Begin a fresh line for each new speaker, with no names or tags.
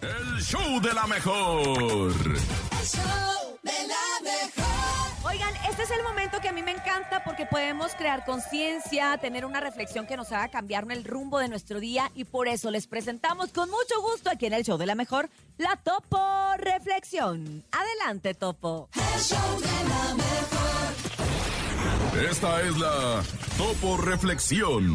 El show de la mejor.
Oigan, este es el momento que a mí me encanta porque podemos crear conciencia, tener una reflexión que nos haga cambiar el rumbo de nuestro día y por eso les presentamos con mucho gusto aquí en el show de la mejor, la Topo Reflexión. Adelante, Topo.
Esta es la Topo Reflexión.